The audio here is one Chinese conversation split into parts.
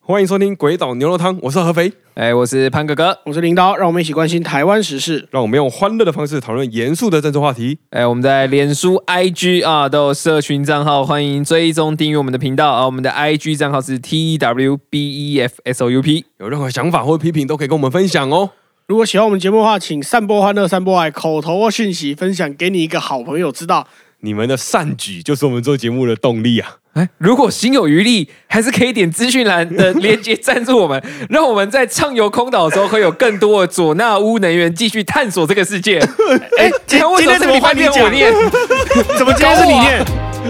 欢迎收听《鬼岛牛肉汤》，我是合肥，哎，我是潘哥哥。我是林刀，让我们一起关心台湾时事。让我们用欢乐的方式讨论严肃的政治话题。哎，我们在脸书、IG 啊都有社群账号，欢迎追踪订阅我们的频道啊。我们的 IG 账号是 T W B E F S O U P。有任何想法或批评都可以跟我们分享哦。如果喜欢我们节目的话，请散播欢乐，散播爱，口头或讯息分享给你一个好朋友知道。你们的善举就是我们做节目的动力啊！哎，如果心有余力，还是可以点资讯栏的连接赞助我 们，让我们在畅游空岛的时候，会有更多的佐纳乌能源继续探索这个世界。 哎，今天为什么是你换换你念我讲念？ 怎么今天是你 念？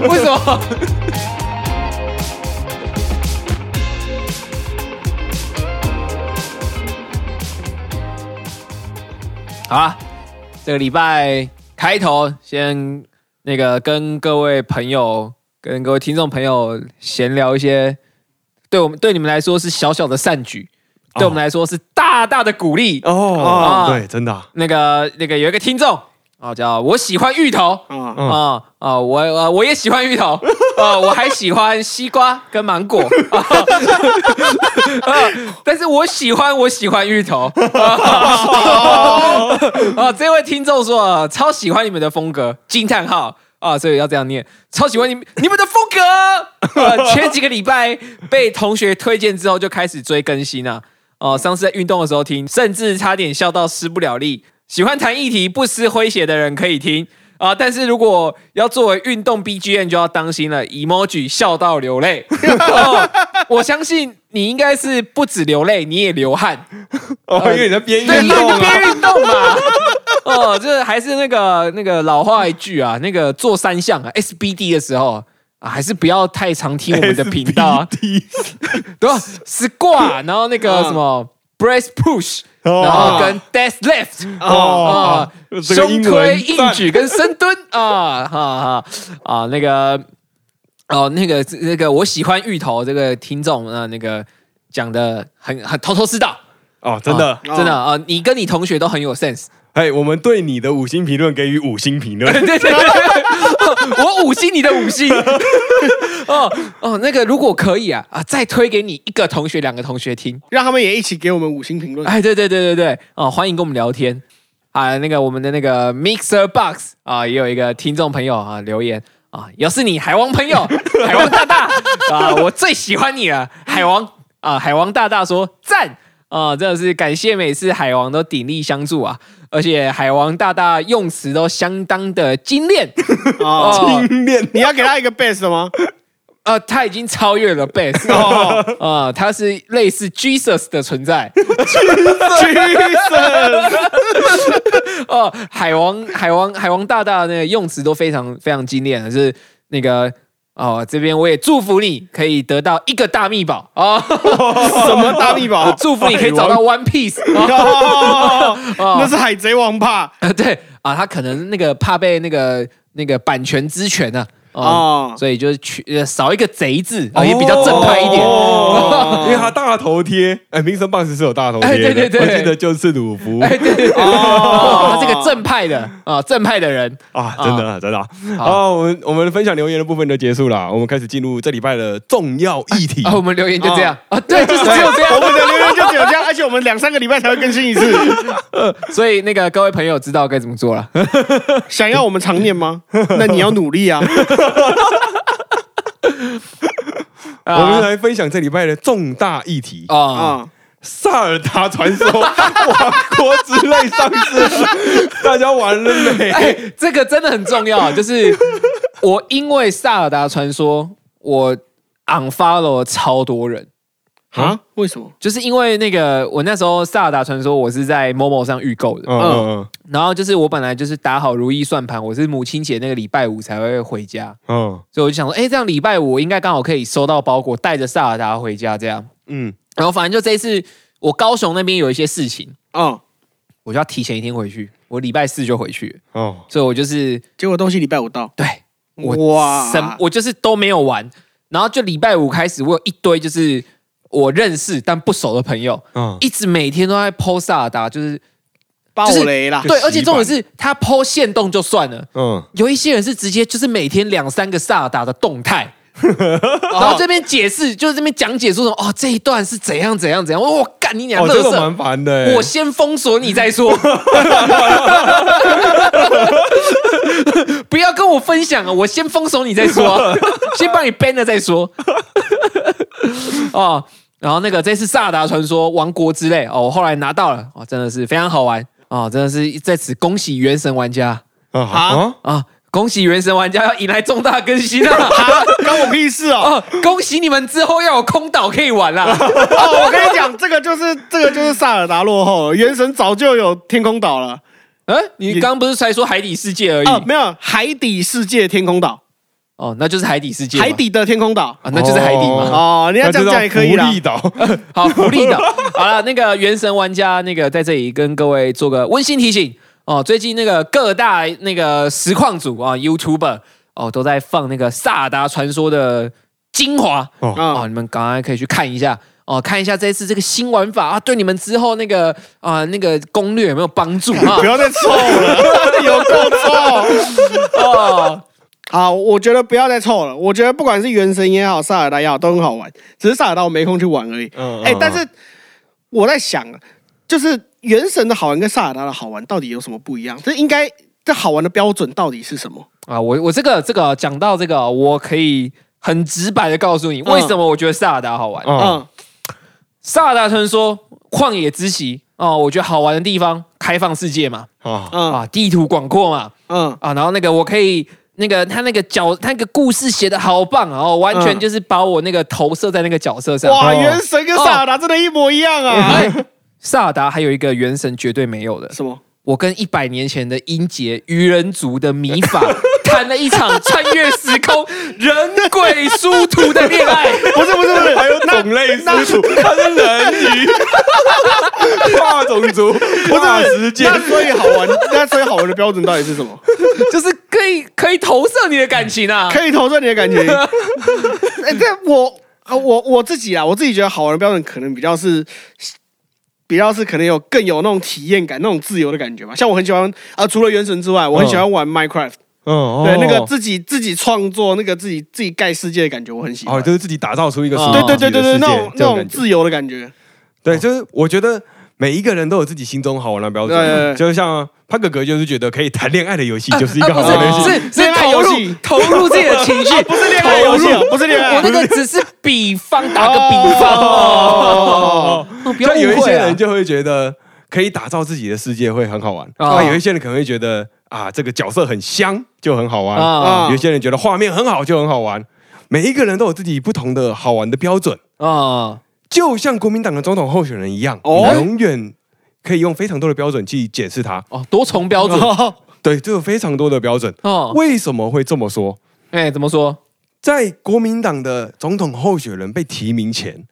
为什么？好啊，这个礼拜开头先那个跟各位朋友、跟各位听众朋友闲聊一些，对我们对你们来说是小小的善举，对我们来说是大大的鼓励。哦，对，真的啊、那个那个有一个听众啊，叫我喜欢芋头，啊、嗯啊啊！我我我也喜欢芋头，啊，我还喜欢西瓜跟芒果，啊，但是我喜欢我喜欢芋头。啊，啊这位听众说啊超喜欢你们的风格，惊叹号啊！所以要这样念，超喜欢你们你们的风格。啊，前几个礼拜被同学推荐之后，就开始追更新啊。哦，上次在运动的时候听，甚至差点笑到失不了力。喜欢谈议题不失诙谐的人可以听啊、但是如果要作为运动 BGM 就要当心了，emoji 笑到 流泪、哦我相信你应该是不止流泪，你也流汗，哦，因为你在边对，运你动一啊，边运动嘛。 哦，就是还是那个那个老话一句啊，那个做三项啊，SBD 的时候啊，还是不要太常听我们的频道啊。对吧？squat，然后那个什嗯么 breast push，哦然后跟 death lift，哦啊，这个胸英推、文硬举跟深蹲啊，哈哈啊，那个哦，那个那个，我喜欢芋头这个听众啊，那个讲的很很头头是道，哦，真的啊，真的啊，你跟你同学都很有 sense。 哎，我们对你的五星评论给予五星评论。对 对对，我五星，你的五星。 哦哦，那个如果可以啊啊，再推给你一个同学、两个同学听。让他们也一起给我们五星评论。 哎，对对对对对，哦，欢迎跟我们聊天啊。那个我们的那个 Mixer Box 啊，也有一个听众朋友啊留言啊，要是你海王朋友，海王大大啊，我最喜欢你了，海王啊，海王大大说赞啊，真的是感谢每次海王都鼎力相助啊。而且海王大大用词都相当的精炼，啊、哦精炼你要给他一个 best 的吗？呃，他已经超越了 bass，啊、呃，他是类似 Jesus 的存在，哦，海王海王海王大大的那个用词都非常非常精炼，就是那个哦，这边我也祝福你可以得到一个大秘宝啊，什么大力宝？祝福你可以找到 One Piece 啊、哦，那是海贼王吧？呃对啊，他可能那个怕被那个那个版权之权呢、啊，哦，哦，所以就是取呃少一个贼字啊、也比较正派一点。哦因为他大头贴，哎，民生 box 是有大头贴的，哎对对对我记得就是鲁夫哦哦， 他是个正派的啊、正派的人。啊，真的啊真的啊。好好，我们我们分享留言的部分就结束了，我们开始进入这礼拜的重要议题哦啊，。我们留言就这样啊，对，就是只有这我们样。的留言就只有这样，而且我们两三个礼拜才会更新一次。 所以那个各位朋友知道该怎么做了。想要我们常念吗？那你要努力啊！我我们来分享这礼拜的重大议题啊，啊，萨尔达传说 王国之泪上市，大家玩了没？哎，这个真的很重要，啊就是我因为《萨尔达传说》，我 unfollow 了超多人，啊？为什么？就是因为那个我那时候《萨尔达传说》我是在 Momo 上预购的，哎嗯嗯然后就是我本来就是打好如意算盘，我是母亲节那个礼拜五才会回家，嗯所以我就想说，哎、这样礼拜五我应该刚好可以收到包裹，带着萨尔达回家这样。嗯然后反正就这一次，我高雄那边有一些事情，啊，我就要提前一天回去，我礼拜四就回去，哦，所以我就是结果东西礼拜五到。对我哇什我就是都没有玩，然后就礼拜五开始，我有一堆就是我认识但不熟的朋友，嗯一直每天都在 PO 萨尔达，就是爆雷啦！就对，洗版而且重点是他 PO 限动就算了，嗯， 有一些人是直接就是每天两三个萨尔达的动态。然后这边解释，就是这边讲解说什么哦，这一段是怎样怎样怎样。我、哦、干你娘，哦，乐这色、个蛮烦的欸。我先封锁你再说，不要跟我分享啊！我先封锁你再说啊、先帮你 ban 了再说。哦，然后那个这次《萨达传说：王国之泪》哦，我后来拿到了哦，真的是非常好玩哦，真的是在此恭喜原神玩家啊啊，啊！恭喜原神玩家要迎来重大更新了、 啊，关我屁事 哦！哦！恭喜你们之后要有空岛可以玩啊啦！哦，我跟你讲，这个就是这个就是萨尔达落后了，原神早就有天空岛了嗯、你刚刚不是才说海底世界而已？啊，没有海底世界天空岛，哦，那就是海底世界嘛，海底的天空岛啊，那就是海底嘛。哦哦，你要这那就叫样讲也可以啦福。哎 利岛，好，福利的。 好了，那个原神玩家，那个在这里跟各位做个温馨提醒哦。最近那个各大那个实况组啊、YouTuber 哦，都在放那个《萨达传说》的精华哦，啊，你们赶快可以去看一下哦，看一下这次这个新玩法啊，对你们之后那个啊、那个攻略有没有帮助啊 不？要再臭了，有够臭！哦，好，我觉得不要再臭了。我觉得不管是原神也好，萨尔达也好，都很好玩，只是萨尔达我没空去玩而已。嗯 哎、但是我在想，就是原神的好玩跟萨尔达的好玩到底有什么不一样？这应该这好玩的标准到底是什么？啊，我我这个这个讲到这个，我可以很直白的告诉你，为什么我觉得萨达好玩。啊，嗯，萨尔达传说旷野之息哦，我觉得好玩的地方，开放世界嘛，啊，嗯啊，地图广阔嘛，嗯啊，然后那个我可以。那个他那个角，他那个故事写的好棒啊哦，完全嗯就是把我那个投射在那个角色上。哇，哦原神跟萨尔达真的一模一样啊！哎，萨尔达还有一个原神绝对没有的，什么？我跟一百年前的英杰愚人族的米 法谈了一场穿越时空人鬼殊途的恋 爱。不是不是不 是，还有种类私处，他是人鱼， 跨种 族，跨时间那，所以好玩，那所以好玩的标准到底是什么？就是可以可以投射你的感情啊，可以投射你的感觉。哎、这我啊我我自己啊，我自己觉得好玩的标准可能比较是。比较是可能有更有那种体验感、那种自由的感觉吧。像我很喜欢啊，除了原神之外，我很喜欢玩 Minecraft，、嗯，哦对那个自己自己创作、那个自己自己盖世界的感觉，我很喜欢。哦，就是自己打造出一个属于对对自啊对己的对对，世界那种这那种感觉自由的感觉。对，就是我觉得每一个人都有自己心中好玩的标对对对准，就像潘哥哥就是觉得可以谈恋爱的游戏就是一个好玩的游戏啊不哦是是是恋爱投游入戏投入自己的情绪，不是恋爱游戏啊不是恋爱我那个只是比方，打个比方哦哦，哦不要像有一误会些啊人就会觉得可以打造自己的世界会很好玩，哦啊，有一些人可能会觉得啊这个角色很香就很好玩，啊有一些人觉得画面很好就很好玩，每一个人都有自己不同的好玩的标准，啊就像国民党的总统候选人一样，哦永远可以用非常多的标准去解释他。哦，多重标准对，这有非常多的标准。哦，为什么会这么说？哎，怎么说？在国民党的总统候选人被提名前，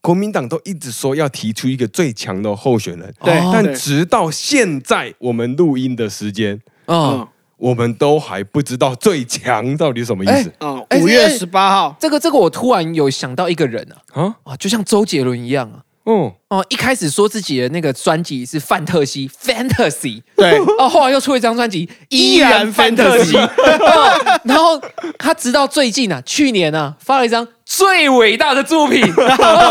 国民党都一直说要提出一个最强的候选人，对哦但直到现在我们录音的时间，哦嗯，我们都还不知道最强到底是什么意思嗯哎，五月十八 号，这个这个，我突然有想到一个人啊，啊？啊，就像周杰伦一样啊。哦，哦，一开始说自己的那个专辑是范特西 （Fantasy），对，哦，后来又出一张专 辑，依然 fantasy 哦然后他直到最近啊，去年啊，发了一张最伟大的作 品。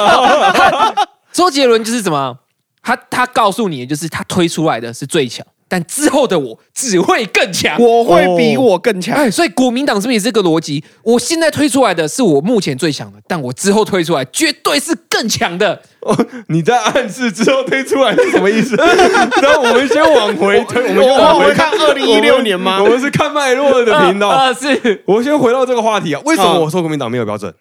他周杰伦就是怎么，啊他他告诉你，就是他推出来的是最强，但之后的我只会更强。我会比我更强。哎，所以国民党是不是也是这个逻辑？我现在推出来的是我目前最强的，但我之后推出来绝对是更强的。你在暗示之后推出来是什么 意思？然后我们先往回推， 我们先往我回们看二零一六年吗我？们是看脉络的 频啊道。啊是，我先回到这个话题啊，为什么嗯我说国民党没有标准？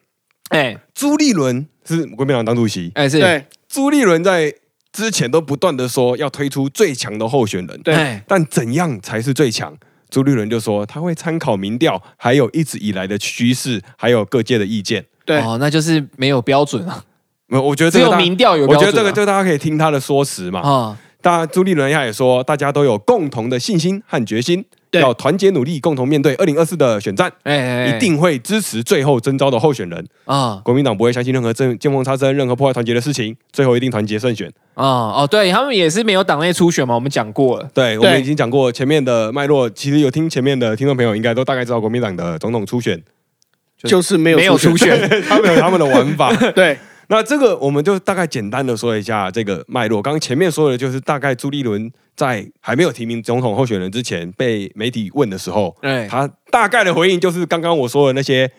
哎朱立伦是国民党党主席，哎是，对朱立伦在之前都不断的说要推出最强的候选人，对哎但怎样才是最强？朱立伦就说他会参考民调，还有一直以来的趋势，还有各界的意见。对，哦，那就是没有标准啊。没有我觉得只这个有大民调有我标觉准啊、得这个就大家可以听他的说辞嘛。啊，当然，朱立伦他也说，大家都有共同的信心和决心，对要团结努力，共同面对二零二四的选战，哎哎，哎一定会支持最后征召的候选人。啊国民党不会相信任何见见缝插针、任何破坏团结的事情，最后一定团结胜选。啊哦，对他们也是没有党内初选嘛，我们讲过了。对，我对们已经讲过前面的脉络，其实有听前面的听众朋友应该都大概知道国民党的总统初选 就是没有没有出出选，选，他们有他们的玩 法。 对，那这个我们就大概简单的说一下这个脉络。刚刚前面说的就是大概朱立伦在还没有提名总统候选人之前，被媒体问的时候，对他大概的回应就是刚刚我说的那些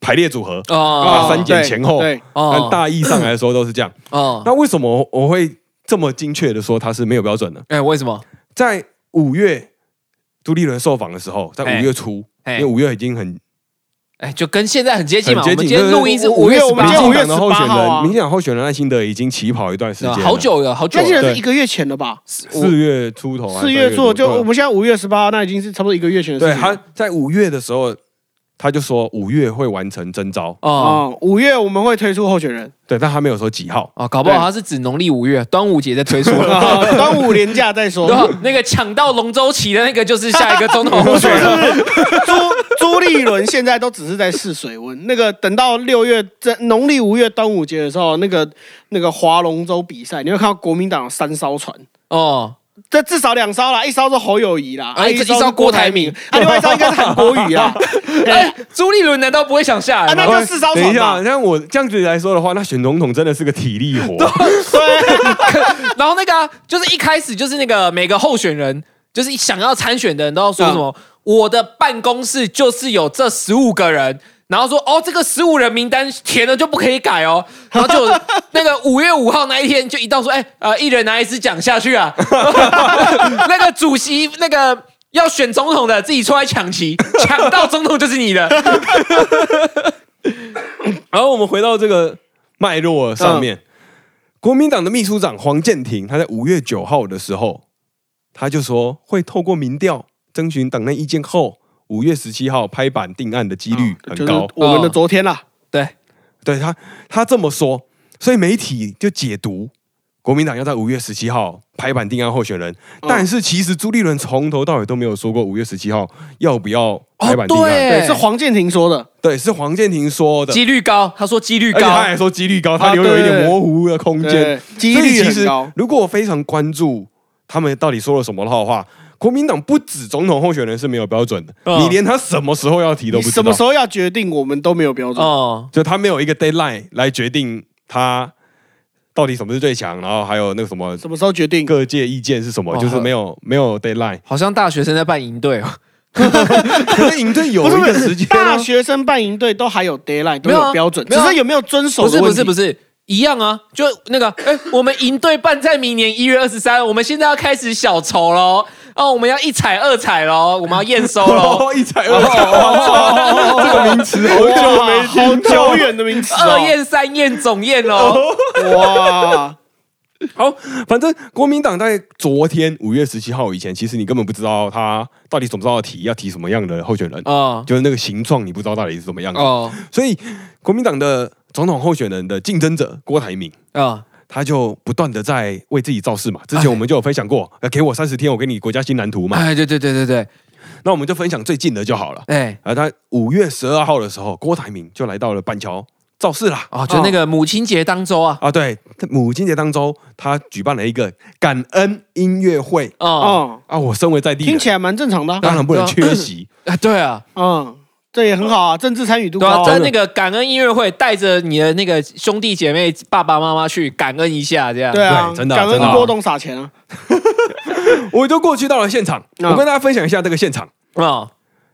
排列组合，哦啊三减前后对，对但哦大意上来说都是这样。哦，那为什么我会这么精确的说它是没有标准呢？哎，为什么？在五月朱立伦受访的时候，在哎五月初，因哎为五月已经很哎，就跟现在很接近嘛。我很们接今近天录音是五五月月我十们八民今进号天五月党的候选18号啊人，民进党候选人赖清德已经起跑一段时是吧间了，好久了，好久那了既然对是一个月前了吧？四月出头还是四三月初初就我们现在五月十八，那已经是差不多一个月前的事对情了。他在五月的时候，他就说五月会完成征召，哦哦，五月我们会推出候选人，对，但他没有说几号。哦，搞不好对他是指农历五月端午节再推出了。 啊端午连假 再说。然后那个抢到龙舟旗的那个就是下一个总统候选人。朱 朱立伦现在都只是在试水温，那个等到六月这农历五月端午节的时候，那个那个划龙舟比赛，你会看到国民党有三艘船。哦，这至少两艘啦，一艘是侯友谊啦，啊一艘一艘是郭台铭啊，另外一艘应该是韩国 瑜啦。对哎，朱立伦难道不会想下来啊那吗？就四艘等一船下，吧。像我这样子来说的话，那选总统真的是个体力 活。对，然后那个啊、就是一开始就是那个每个候选人，就是想要参选的人都要说什么，我的办公室就是有这十五个人。然后说哦，这个十五人名单填了就不可以改哦。然后 就那个五月五号那一天就一到说，哎，呃，一人拿一支奖下去 啊。那个主席那个要选总统的自己出来抢旗，抢到总统就是你的。然后我们回到这个脉络上面，嗯国民党的秘书长黄建庭，他在五月九号的时候，他就说会透过民调征询党内意见后，五月十七号拍板定案的几率哦很就是高。我们的昨天啦。 对，对他，他这么说，所以媒体就解读国民党要在五月十七号拍板定案候选人，嗯但是其实朱立伦从头到尾都没有说过五月十七号要不要拍板定案，哦对，是黄建庭说的。对，是黄建庭说的，几率高，他说几率而且他高，还说几率高，啊他留有一对点模糊的空间对，几率所以其很实高如果我非常关注他们到底说了什么的话。国民党不止总统候选人是没有标准的，嗯你连他什么时候要提都你不知道。什么时候要决定，我们都没有标准。哦，就他没有一个 deadline 来决定他到底什么是最强，然后还有那个什么什么时候决定？各界意见是什么，哇。就是没有没有 deadline 好像大学生在办营队哦。可是影队 有一不是个不时是间大啊，学生办营队都还有 d a y l i n e 都没有有啊标准，没只有啊是有没有遵守不的是不问题。是不是一样啊，就那个哎、我们营队办在明年一月二十三，我们现在要开始小筹喽，哦，我们要一彩二彩喽，我们要验收喽。 哦，一踩二 踩，这个名词好久哇，没好听到久。远的名词二哦！验三验总验喽，哇，好，反正国民党在昨天五月十七号以前，其实你根本不知道他到底什么时候要提，要提什么样的候选人，哦就是那个形状你不知道到底是怎么样的。哦所以国民党的总统候选人的竞争者郭台铭。哦，他就不断的在为自己造势嘛。之哎前我们就有分享过，呃，给我三十天，我给你国家新蓝图嘛。哎，对对对对对，那我们就分享最近的就好了。哎，啊，他五月十二号的时候，郭台铭就来到了板桥造势啦。哦，就那个母亲节当周啊，啊，对，母亲节当周，他举办了一个感恩音乐会哦，嗯，啊。我身为在地听人，起来蛮正常的啊。当然不能缺席。啊对啊，嗯，这也很好啊，政治参与度对啊，高在啊。那个感恩音乐会，带着你的那个兄弟姐妹、爸爸妈妈去感恩一下，这样。对啊，对真的啊感真的恩啊郭董撒钱啊。我就过去到了现场，嗯我跟大家分享一下这个现场。哦，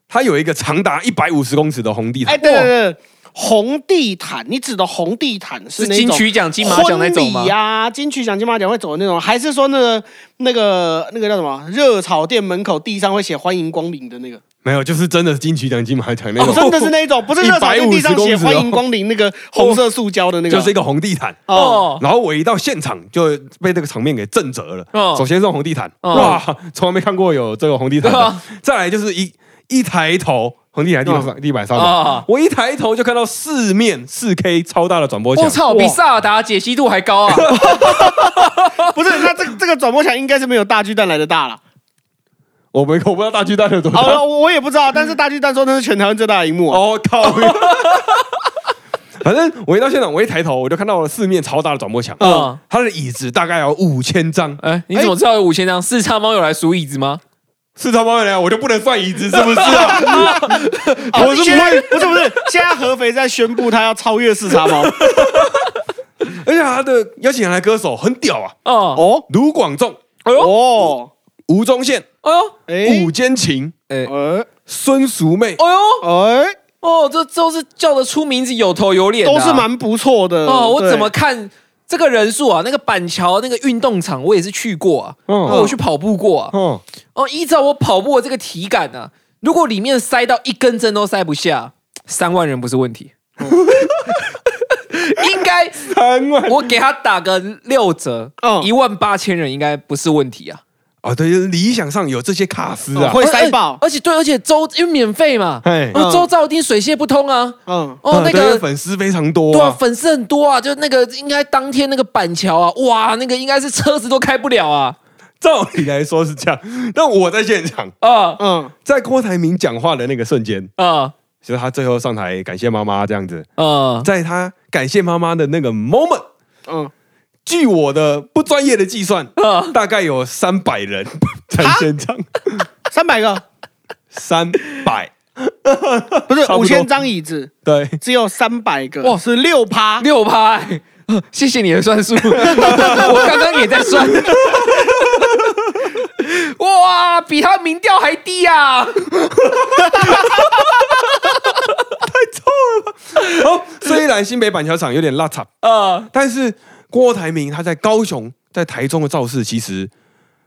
它有一个长达一百五十公尺的红地哎，毯，对对对，红地毯，你指的红地毯是是那种金曲奖、金马奖那种吗婚礼？啊呀，金曲奖、金马奖会走的那种，还是说那个那个那个叫什么热炒店门口地上会写“欢迎光临”的那个？没有，就是真的金曲奖、金马奖那哦，真种，的是那一种，不是热炒店地上写“ 150欢迎光临”那个红色塑胶的那个， 就是一个红地毯。哦，哦然后我一到现场就被这个场面给震折了。哦首先是红地毯，哦哇，从来没看过有这个红地毯的对啊 再来就是一一抬头，红地毯地板上、地板上嘛、哦我一抬头就看到四面四 K 超大的转播我、墙。操，比萨尔达解析度还高啊！ 不是，那这这个转播墙应该是没有大巨蛋来的大了。我没我不知道大巨蛋有多大。哦，我我也不知道，但是大巨蛋说那是全台湾最大的荧幕 啊。哦靠！ 反正我一到现场，我一抬头我就看到了四面超大的转播墙。嗯它的椅子大概有五千张。哎，你怎么知道有五千张？四叉猫有来数椅子吗？四川方面来，我就不能算椅子是不是 啊？我是哦现不在会，不是不是，现在合肥在宣布他要超越四叉猫而且他的邀请来的歌手很屌啊，哦，哦卢广仲、哎呦，哦，吴宗宪、哎呦，哎伍坚情、哎，哎孙淑妹，哎呦，哎，哦，这都是叫得出名字，有头有脸的啊，都是蛮不错的哦，我对怎么看这个人数啊？那个板桥那个运动场，我也是去过啊，嗯哦我去跑步过啊。哦，哦，依照我跑步的这个体感啊，如果里面塞到一根针都塞不下，三万人不是问题。 应该三万我给他打个六折，嗯一万八千人应该不是问题啊。啊，对，就是理想上有这些卡司啊哦，会塞爆而且而且对，而且周因为免费嘛，哎我周遭一定水泄不通啊。嗯哦，呃那对因为个粉丝非常多对啊，啊，粉丝很多啊，就那个应该当天那个板桥啊，哇，那个应该是车子都开不了啊照理来说是这样，但我在现场，啊嗯在郭台铭讲话的那个瞬间，啊就是他最后上台感谢妈妈这样子，啊！在他感谢妈妈的那个 moment，嗯，据我的不专业的计算，大概有三百 人在现场，三百个三百不是差不多五千张椅子，对， 只有三百个，哇哇，是六趴，六趴、欸，呃谢谢你的算术， 我刚刚也在算。 哇，比他民调还低啊！好，虽然新北板桥场有点拉差，啊但是郭台铭他在高雄、在台中的造势其实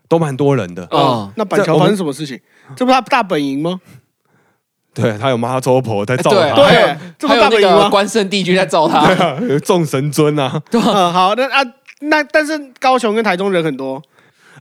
都蛮多人的。啊那板这桥我们发生什么事情？这不是他大本营吗？对他有妈周婆在造对 他，还有对，这还么有大那本营吗个？关圣帝君在找他，有众神尊啊！嗯，好，那啊，那但是高雄跟台中人很多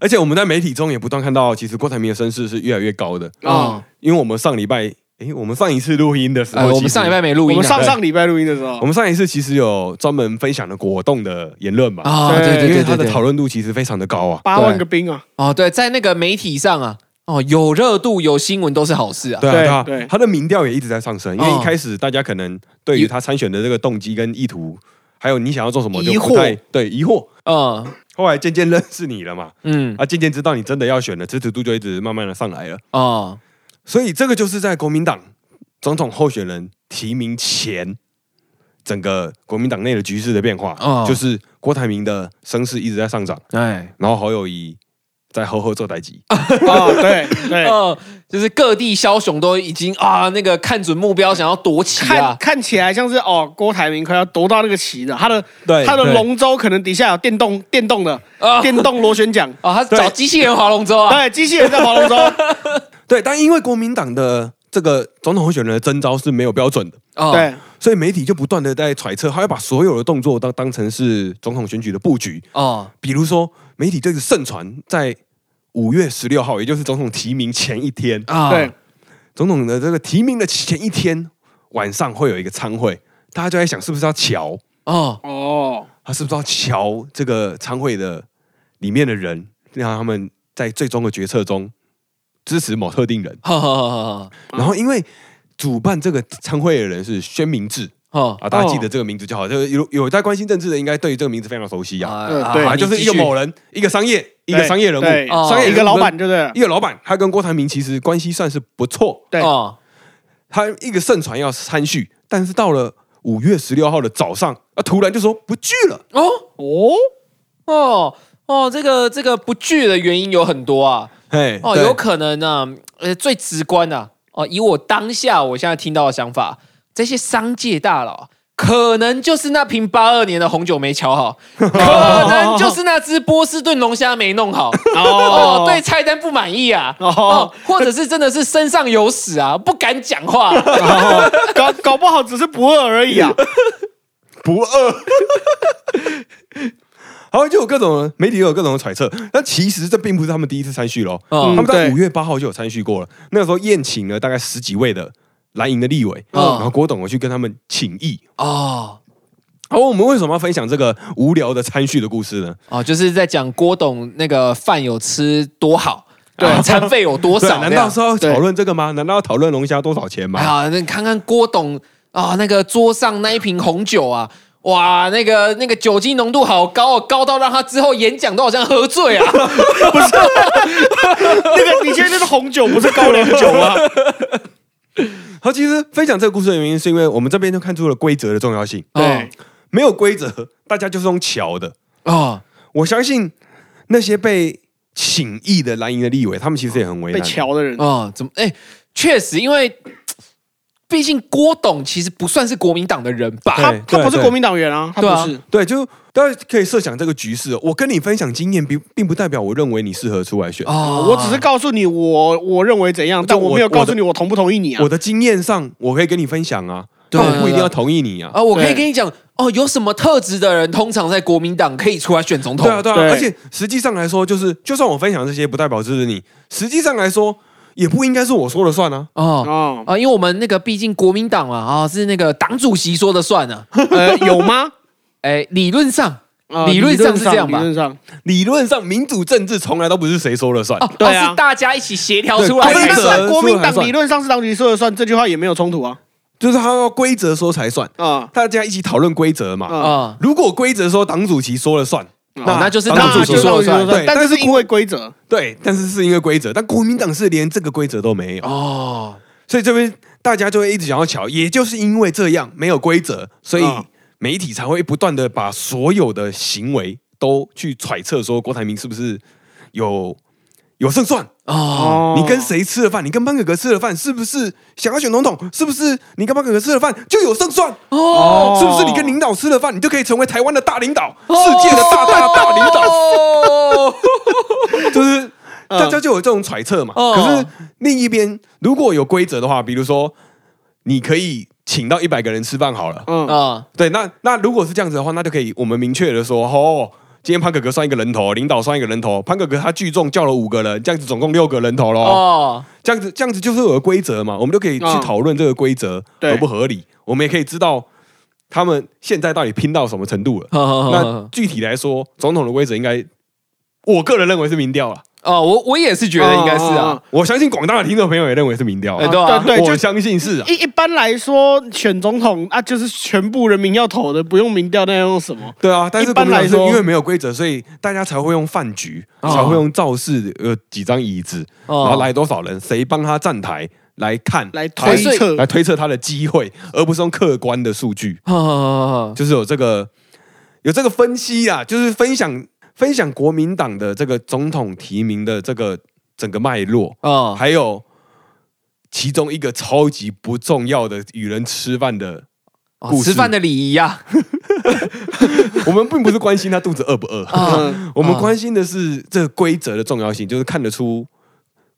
而且我们在媒体中也不断看到，其实郭台铭的声势是越来越高的。啊啊。因为我们上礼拜，诶，我们上一次录音的时候，哎，我其们实上礼拜没我录音们啊，上上礼拜录音的时我候，们上一次其实有专门分享了果冻的言论嘛，啊，对对对因为对他的对对，讨论度其实非常的高啊。八万个兵啊，哦，对，在那个媒体上啊，哦，有热度有新闻都是好事啊。对啊，对对啊，对他的民调也一直在上升，因为哦一开始大家可能对于他参选的这个动机跟意图，还有你想要做什么，就不太疑惑对疑惑。嗯后来渐渐认识你了嘛，嗯啊，渐渐知道你真的要选了，支持度就一直慢慢的上来了。哦所以这个就是在国民党总统候选人提名前，整个国民党内的局势的变化，哦就是郭台铭的声势一直在上涨，哎，然后侯友谊在后后做代级，啊，对对，嗯，就是各地枭雄都已经啊，那个看准目标想要夺旗 看啊，看起来像是哦，郭台铭快要夺到那个旗了，他的对他的对龙舟可能底下有电动电动的啊电动螺旋桨，啊，他找对机器人划龙舟啊，对，机器人在划龙舟，对，但因为国民党的这个总统候选人的征召是没有标准的，哦，对，所以媒体就不断的在揣测，他会把所有的动作当当成是总统选举的布局。哦，比如说，媒体这个盛传在五月十六号，也就是总统提名前一天，啊，对，总统的这个提名的前一天晚上会有一个参会，大家就在想是不是要瞧哦，哦，他是不是要瞧这个参会的里面的人，让他们在最终的决策中支持某特定人。哈哈哈哈然后因为主办这个参会的人是宣明志哈，啊，大家记得这个名字就好。就是有有在关心政治的，应该对于这个名字非常熟悉啊。嗯啊对啊，你就是一个继续某人，一个商业，一个对商业人对物，哦商业一个人物老板，，对不对？一个老板，他跟郭台铭其实关系算是不错。对哦，他一个盛传要参叙，但是到了五月十六号的早上，啊，突然就说不聚了。哦，哦，哦，哦，这个这个不聚的原因有很多啊，哎，哦，对有可能啊，呃，最直观啊，哦，以我当下我现在听到的想法，这些商界大佬啊。可能就是那瓶八二年的红酒没 瞧好，可能就是那只波士顿龙虾没 弄好，哦，对，菜单不满意啊，哦哦，或者是真的是身上有屎啊，不敢讲 话，哦 搞搞不好只是不饿而已啊，不饿。 然后就有各种媒体有各种的揣测，但其实这并不是他们第一次参叙喽。哦他们在对五月八号就有参叙过了，那个时候宴请了大概十几位的蓝营的立委，哦然后郭董我去跟他们请益。哦然后我们为什么要分享这个无聊的参叙的故事呢？哦，就是在讲郭董那个饭有吃多好，对啊餐费有多对少，难这道样是要讨论这个吗？难道要讨论哎龙虾多少钱吗？哎呀，那你看看郭董啊，那个桌上那一瓶红酒啊，哇，那个那个酒精浓度好高哦，高到让他之后演讲都好像喝醉啊！那个你今天那个红酒不是高粱酒啊吗？好，其实分享这个故事的原因，是因为我们这边就看出了规则的重要性。对，没有规则，大家就是用瞧的。哦，我相信那些被请意的蓝营的立委，他们其实也很为被难。瞧的人，哦，怎么？哎、确实，因为毕竟郭董其实不算是国民党的人吧？他对他对不是对国民党员啊，他对啊不是。对，就大家可以设想这个局势哦。我跟你分享经验，并并不代表我认为你适合出来选。哦我只是告诉你我我认为怎样，但我我没有告我诉的你我同不同意你啊我。的经验上，我可以跟你分享啊，对但我不一定要同意你啊。啊，我可以对跟你讲哦，有什么特质的人通常在国民党可以出来选总统？对啊，对啊，对而且实际上来说，就是就算我分享这些，不代表支持你。实际上来说，也不应该是我说了算啊。哦。哦，啊，因为我们那个毕竟国民党嘛，啊、是那个党主席说的算啊。呃，有 吗？哎，理论上，呃理论上是这样吧理论上，理论上，民主政治从来都不是谁说了算。哦，对哦啊是大家一起协调对出啊来规的则不。是国民说了党算理论上是党主席说了算，这句话也没有冲突啊。就是他要规则说才算，啊，大家一起讨论规则嘛。嗯啊，如果规则说党主席说了算，哦那就是党主席席说了那算就是对但但是是因为规则，对，但是是因为规则，但国民党是连这个规则都没有，哦，所以这边大家就会一直想要瞧。也就是因为这样没有规则，所以哦嗯媒体才会不断的把所有的行为都去揣测，说郭台铭是不是有有胜算？哦，你跟？谁吃了饭？你跟潘哥哥吃了饭，是不是想要选总统？是不是你跟潘哥哥吃了饭就有胜算？哦，是不是你跟领导吃了饭，你就可以成为台湾的大领导，哦世界的大大大领导？哦，就是嗯大家就有这种揣测嘛。哦可是另一边如果有规则的话，比如说你可以请到一百个人吃饭好了，嗯，啊，对，那那如果是这样子的话，那就可以我们明确的说，哦。今天潘哥哥算一个人头，领导算一个人头，潘哥哥他聚众叫了五个人，这样子总共六个人头喽。哦，这样子这样子就是有个规则嘛，我们就可以去嗯讨论这个规则对合不合理，我们也可以知道他们现在到底拼到什么程度了。哦那那具体来说，总统的规则应该，我个人认为是民调了。哦，我我也 是觉得应该是嗯嗯啊嗯，我相信广大的听众朋友也认为是民调啊，哎对啊对对，我就相信是啊。一一般来说，选总统啊，就是全部人民要投的，不用民调，那要用什么？对啊，但是一国般民党来说是因为没有规则，所以大家才会用饭局，哦才会用造势，呃，几张椅子，哦然后来多少人，谁帮他站台来看，来他推哎所以测来推测他的机会，而不是用客观的数据。哦就是有这个有这个分析啊，就是分享分享国民党的这个总统提名的这个整个脉络，哦还有其中一个超级不重要的与人吃饭的， 故事吃饭的礼仪呀，我们并不是关心他肚子饿不饿，啊，嗯我们啊关心的是这个规则的重要性，就是看得出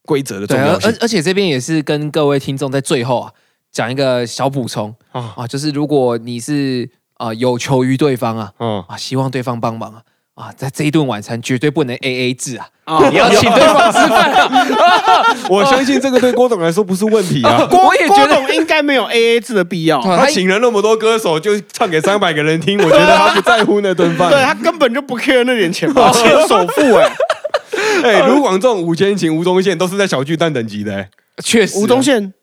规则的重对，而要性而而且这边也是跟各位听众在最后啊讲一个小补充啊啊，就是如果你是啊有求于对方啊啊！啊，希望对方帮忙啊。啊，在这一顿晚餐绝对不能 A A 制啊！啊你要请对方吃饭啊！。我相信这个对郭董来说不是问题 啊 我也觉郭得董应该没有 A A 制的必 要，对他请了那么多歌手，就唱给三百个人听，我觉得他不在乎那顿 饭。对他根本就不 care 那点钱 吧，钱哦 首付哎，哎、卢广仲、五千琴、吴宗宪都是在小巨蛋等级的、欸，确实啊吴宗宪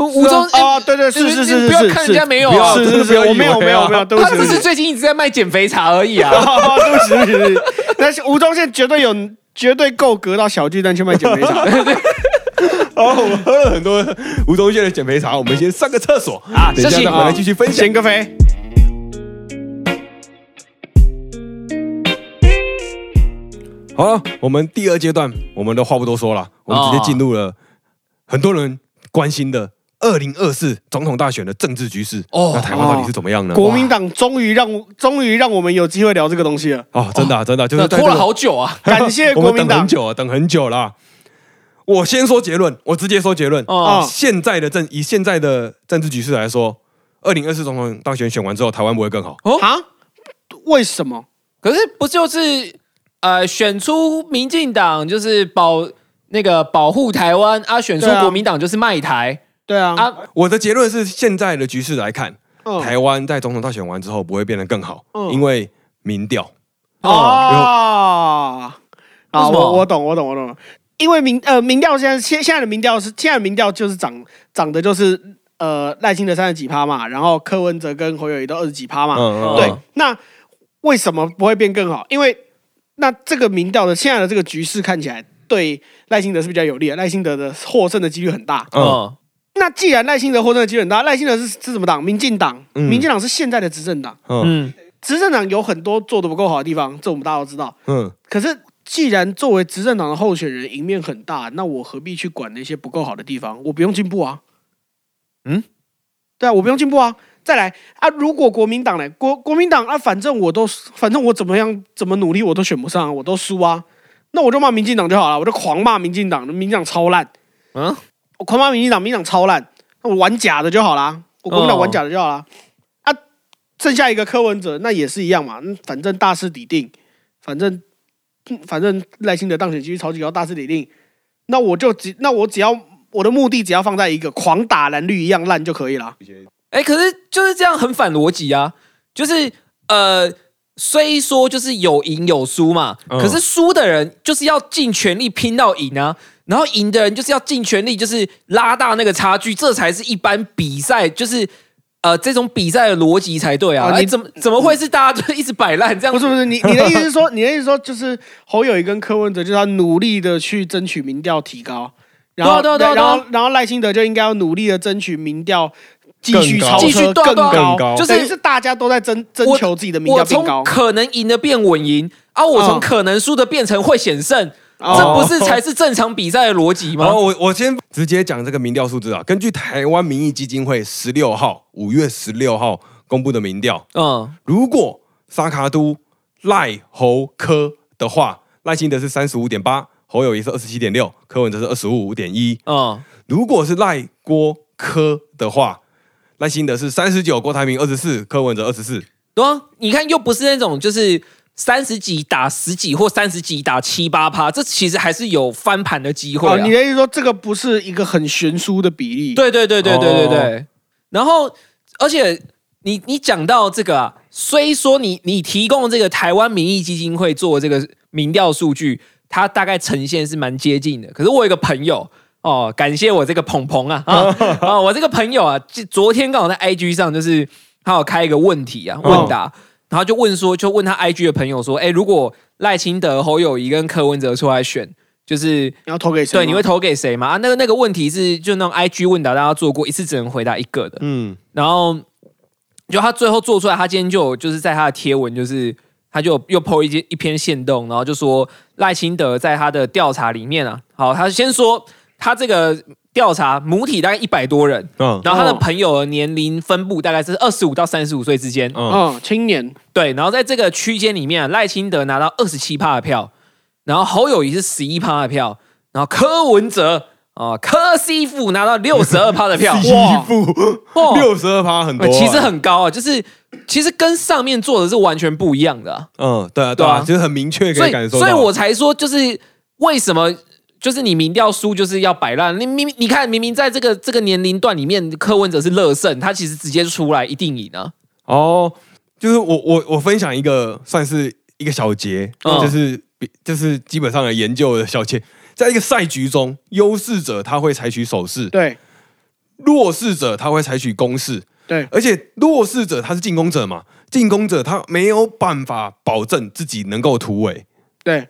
吴宗是啊，哦对对哎是你是你是，不要是看是人家没有不啊要，是是是，我没有真的不要以为啊没有没有，对不他起， 只是对最近一直在卖减肥茶而已 啊。不起，对不起，对不起。但是吴宗宪绝对有，绝对够格到小巨蛋去卖减肥茶。哦，我 喝了很多吴宗宪的减肥茶，我们先上个厕所啊等一休下息再回来继续分享减。个肥，好了，我们第二阶段，我们的话不多说了，我们直接进入了很多人关心的二零二四总统大选的政治局势。哦，哦那台湾到底是怎么样呢？国民党终于让我，终于让我们有机会聊这个东西了。哦，真的啊、真的啊、就是那在拖了这个 好久啊。感谢国民我们等很党久啊，等很久啦。我先说结论，我直接说结论。啊哦现在的政以现在的政治局势来说，二零二四总统当选选完之后，台湾不会更好。啊！为什么？可是不就是呃选出民进党就是保那个保护台湾啊，选出对啊国民党就是卖台对啊，啊。我的结论是，现在的局势来看，嗯台湾在总统大选完之后不会变得更好，嗯因为民调。啊哦，为啊，什么我我懂，我懂，我懂了。因为民呃民调现在现现在的民调是现在的民调就是涨涨的就是呃赖清德三十几趴嘛，然后柯文哲跟侯友谊都二十几趴嘛，嗯啊对，那为什么不会变更好？因为那这个民调的现在的这个局势看起来对赖清德是比较有利的，赖清德的获胜的几率很大。嗯嗯那既然赖清德获胜的几率很大，赖清德是是什么党？民进党，嗯民进党是现在的执政党，嗯嗯执政党有很多做的不够好的地方，这我们大家都知道。嗯可是既然作为执政党的候选人赢面很大，那我何必去管那些不够好的地方？我不用进步啊。嗯，对啊，我不用进步啊。再来啊，如果国民党呢？国国民党啊，反正我都反正我怎么样怎么努力我都选不上啊、我都输啊。那我就骂民进党就好了，我就狂骂民进党，民进党超烂，嗯，我狂骂民进党，民进党超烂，那我玩假的就好啦，我国民党哦玩假的就好啦。啊，剩下一个柯文哲那也是一样嘛，嗯反正大势已定，反正嗯反正赖清德当选几率超级高，大势已定，那我就只那我只要我的目的只要放在一个狂打蓝绿一样烂就可以了。哎、可是就是这样很反逻辑啊，就是呃，虽说就是有赢有输嘛，嗯可是输的人就是要尽全力拼到赢啊，然后赢的人就是要尽全力就是拉大那个差距，这才是一般比赛就是。呃，这种比赛的逻辑才对啊！啊哎、你怎么怎么会是大家就一直摆烂这样不子？是不是，你你的意思是说， 你的意思是说就是侯友谊跟柯文哲就是要努力的去争取民调提高，然后对啊对啊对啊然后然后赖清德就应该要努力的争取民调继续更超高继续车对啊对啊更高就等于是是大家都在征征我求自己的民我调变从高，可能赢的变稳赢啊，我从嗯可能输的变成会险胜，哦这不是才是正常比赛的逻辑吗？然后我我先直接讲这个民调数字啊，根据台湾民意基金会十六号五月十六号公布的民调，嗯，如果沙卡都赖侯科的话，赖清德是三十五点八，侯友谊是二十七点六，柯文哲是二十五点一。嗯如果是赖郭科的话，赖清德是三十九，郭台铭二十四，柯文哲二十四。，对啊，你看又不是那种就是三十几打十几或三十几打七八趴，这其实还是有翻盘的机会、啊哦，你的意思说这个不是一个很悬殊的比例？，对对对对对对对。哦然后，而且你你讲到这个啊，虽说你你提供这个台湾民意基金会做这个民调数据，它大概呈现是蛮接近的。可是我有一个朋友。哦，感谢我这个鹏鹏啊啊啊！我这个朋友啊，就昨天刚好在 IG 上，就是他有开一个问题啊，问答，然后就问说，就问他 IG 的朋友说，哎，如果赖清德、侯友谊跟柯文哲出来选，就是你要投给谁吗？对，你会投给谁吗？啊，那个那个问题是，就那种 IG 问答，大家做过一次，只能回答一个的。嗯，然后，就他最后做出来，他今天就有就是在他的贴文，就是他就又 po 一些一篇线动，然后就说赖清德在他的调查里面啊，好，他先说他这个调查母体大概一百多人，嗯然后他的哦朋友的年龄分布大概是二十五到三十五岁之间，嗯，嗯，青年对，然后在这个区间里面啊，赖清德拿到二十七趴的票，然后侯友谊是十一趴的票，然后柯文哲啊、柯西富拿到六十 二趴的票西哇部 哇六十二趴很多、呃哦其实很高啊，就是其实跟上面做的是完全不一样的啊、嗯，对啊对对啊，啊其实很明确所可以感以受到。所啊以我才说就是为什么。就是你民调输就是要摆烂，你明明你看明明在这个这个年龄段里面，柯文哲是乐胜，他其实直接出来一定赢啊。哦，就是我我我分享一个算是一个小节，嗯就是比就是基本上的研究的小节，在一个赛局中，优势者他会采取守势，对弱势者他会采取攻势，对而且弱势者他是进攻者嘛，进攻者他没有办法保证自己能够突围，对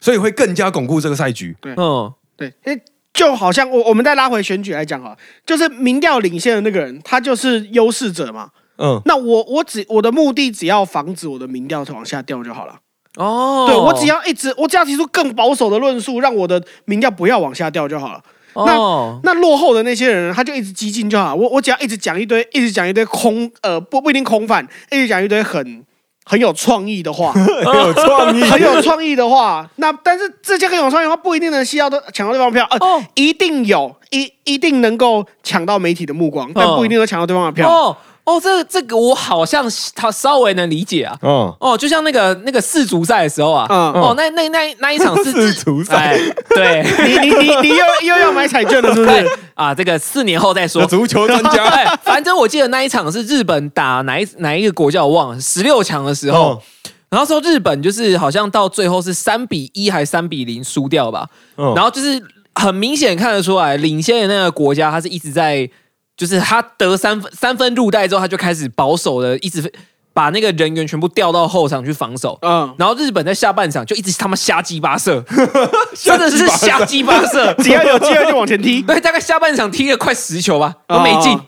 所以会更加巩固这个赛局。嗯，对，因为就好像我我们再拉回选举来讲哈，啊就是民调领先的那个人，他就是优势者嘛。 嗯那我我只我的目的只要防止我的民调往下掉就好了。哦，对我只要一直我只要提出更保守的论述，让我的民调不要往下掉就好了。那哦，那落后的那些人，他就一直激进就好。我我只要一直讲一堆，一直讲一堆空呃不不一定空泛，一直讲一堆很很有创意 的话， 很有创意，很 有创意的话。那但是这些很有创意的话，不一定能吸到的抢到对方的票，呃，哦一定有一一定能够抢到媒体的目光，但哦不一定能抢到对方的票。哦哦，这这个我好像他稍微能理解啊。嗯，哦，就像那个那个世足赛的时候啊，嗯哦，那那那那一 场是世足赛哎 对你你你你又又要买彩券了， 是不对是？啊，这个四年后再说有。足球专家，哎，反正我记得那一场是日本打哪一哪一个国家我忘了，十六强的时候， 嗯然后说日本就是好像到最后是三比一还是三比零输掉吧，嗯然后就是很明显看得出来，领先的那个国家，他是一直在就是他得三分三分入袋之后，他就开始保守的，一直把那个人员全部调到后场去防守。嗯，然后日本在下半场就一直他妈瞎鸡巴 射，真的是瞎鸡巴射。 只要有机会就往前踢。对，大概下半场踢了快十球吧，都没进，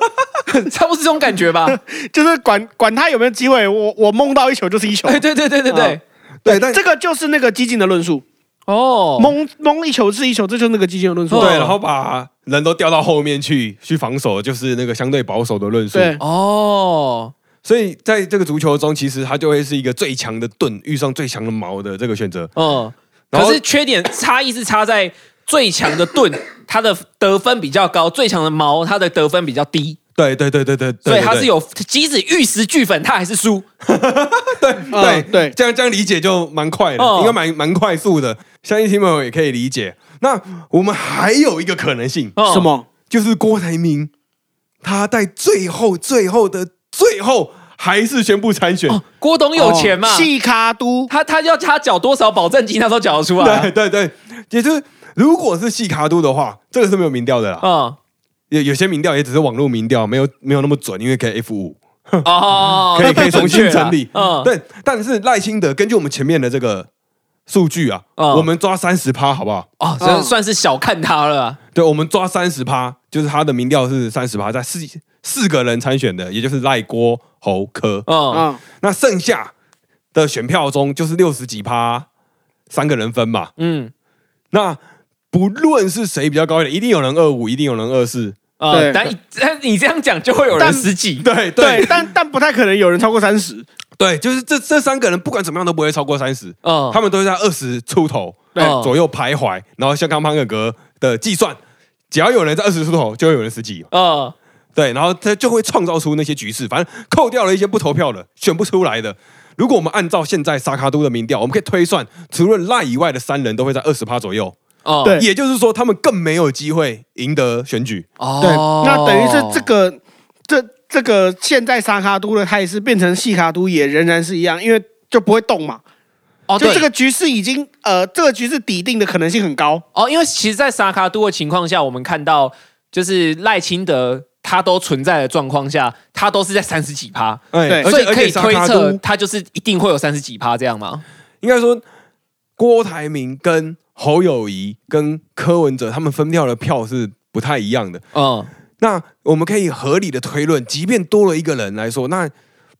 差不多是这种感觉 吧？ 就是管管他有没有机会，我我梦到一球就是一球。 哎，对对对对对，对，但这个就是那个激进的论述，哦，蒙蒙一球是一球，这就是那个激进的论述。哦对，然后把人都调到后面去去防守，就是那个相对保守的论述。对，哦，所以在这个足球中，其实它就会是一个最强的盾遇上最强的矛的这个选择。嗯，然后可是缺点差异是差在最强的 盾，它的得分比较高；最强的矛，它的得分比较低。对对对对对，对所以它是对有，即使玉石俱焚，它还是输。对嗯对这样这样理解就蛮快的，哦应该蛮蛮快速的，相信听友也可以理解。那我们还有一个可能性，哦什？么？就是郭台铭他在最后最后的最后还是宣布参选。哦郭董有钱哦嘛？哦细卡都他他要他缴多少保证金，他都缴得出来啊对。对对，也就是如果是细卡都的话，这个是没有民调的啦。 嗯，有有些民调也只是网络民调，没有没有那么准，因为可以 F 五，哦，可以可以重新整理。嗯，对，但是赖清德根据我们前面的这个数据啊，嗯我们抓三十趴好不好？哦，这嗯算是小看他了啊。对，我们抓三十趴，就是他的民调是三十趴，在四四个人参选的，也就是赖郭侯科。嗯，啊，那剩下的选票中就是六十几趴，三个人分嘛。嗯，那不论是谁比较高一点，一定有人二五，一定有人二四。呃，对但但你这样讲，就会有人但十几。对对，对但但不太可能有人超过三十。对，就是这这三个人不管怎么样都不会超过三十，嗯，他们都是在二十出头哎对左右徘徊。然后像刚刚潘哥哥的计算，只要有人在二十出头，就会有人十几。嗯，对，然后他就会创造出那些局势。反正扣掉了一些不投票的、选不出来的。如果我们按照现在沙卡都的民调，我们可以推算，除了赖以外的三人都会在二十趴左右。哦，对也就是说，他们更没有机会赢得选举。哦，对，那等于是这个这这个现在沙卡都的，它也是变成细卡都，也仍然是一样，因为就不会动嘛。哦，就对这个局势已经呃，这个局势底定的可能性很高。哦，因为其实，在萨卡都的情况下，我们看到就是赖清德他都存在的状况下，他都是在三十几趴，哎对而所且以可以推而且沙卡测都他就是一定会有三十几趴这样吗？应该说郭台铭跟侯友谊跟柯文哲他们分掉的票是不太一样的。嗯，那我们可以合理的推论，即便多了一个人来说，那